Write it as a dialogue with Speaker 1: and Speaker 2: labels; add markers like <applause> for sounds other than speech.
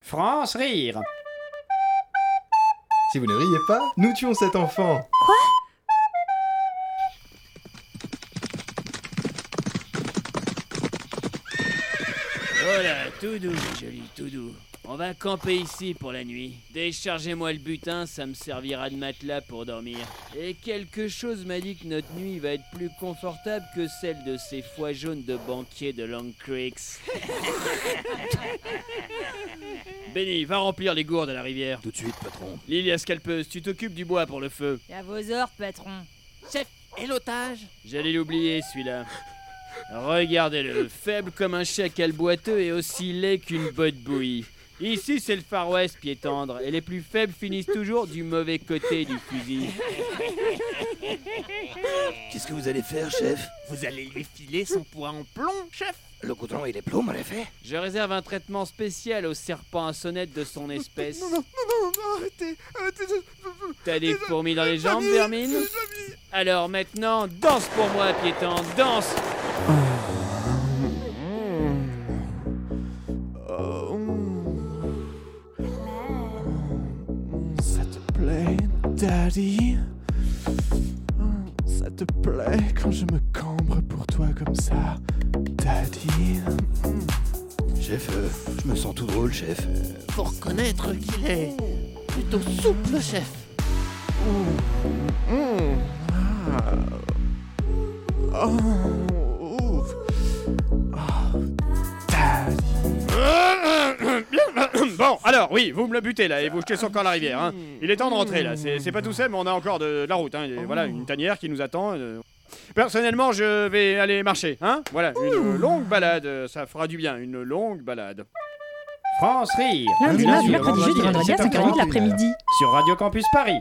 Speaker 1: France rire.
Speaker 2: Si vous ne riez pas, nous tuons cet enfant.
Speaker 3: Oh là, tout doux, joli, tout doux. On va camper ici pour la nuit. Déchargez-moi le butin, ça me servira de matelas pour dormir. Et quelque chose m'a dit que notre nuit va être plus confortable que celle de ces foies jaunes de banquiers de Long Creeks. Benny, va remplir les gourdes à la rivière.
Speaker 4: Tout de suite, patron.
Speaker 3: Lilia Scalpeuse, tu t'occupes du bois pour le feu.
Speaker 5: À vos ordres, patron.
Speaker 4: Et l'otage
Speaker 3: J'allais l'oublier, celui-là. Regardez-le, faible comme un chacal boiteux et aussi laid qu'une botte bouillie. Ici, c'est le Far West, pied tendre, et les plus faibles finissent toujours du mauvais côté du fusil.
Speaker 4: Qu'est-ce que vous allez faire, chef
Speaker 6: Vous allez lui filer son poids en plomb, chef
Speaker 4: Le goudron et les plombs, en effet
Speaker 3: Je réserve un traitement spécial au serpent à sonnette de son espèce.
Speaker 6: Arrêtez, arrêtez,
Speaker 3: T'as des fourmis dans les jambes, vermine Alors maintenant, danse pour moi, pied tendre, danse
Speaker 6: Oh. Ça te plaît, Daddy Oh. Ça te plaît quand je me cambre pour toi comme ça, Daddy
Speaker 4: Chef, euh, je me sens tout drôle, chef.
Speaker 7: Faut reconnaître qu'il est plutôt souple, chef.
Speaker 6: Hmm. Ah. Oh, ouf. Oh, Daddy
Speaker 1: <coughs> Bon, alors oui, vous me le butez là et vous jetez son corps à la rivière. hein. Il est temps de rentrer là. C'est c'est pas tout seul, mais on a encore de, de la route. hein. Et Voilà, une tanière qui nous attend. euh. Personnellement, je vais aller marcher. Hein voilà, une longue balade. euh, Ça fera du bien, une longue balade. France rire.
Speaker 2: Lundi, mardi,
Speaker 8: Lundi, mardi,
Speaker 2: mercredi,
Speaker 8: mercredi, jeudi, vendredi à 5h30 de l'après-midi.
Speaker 1: Sur Radio Campus Paris.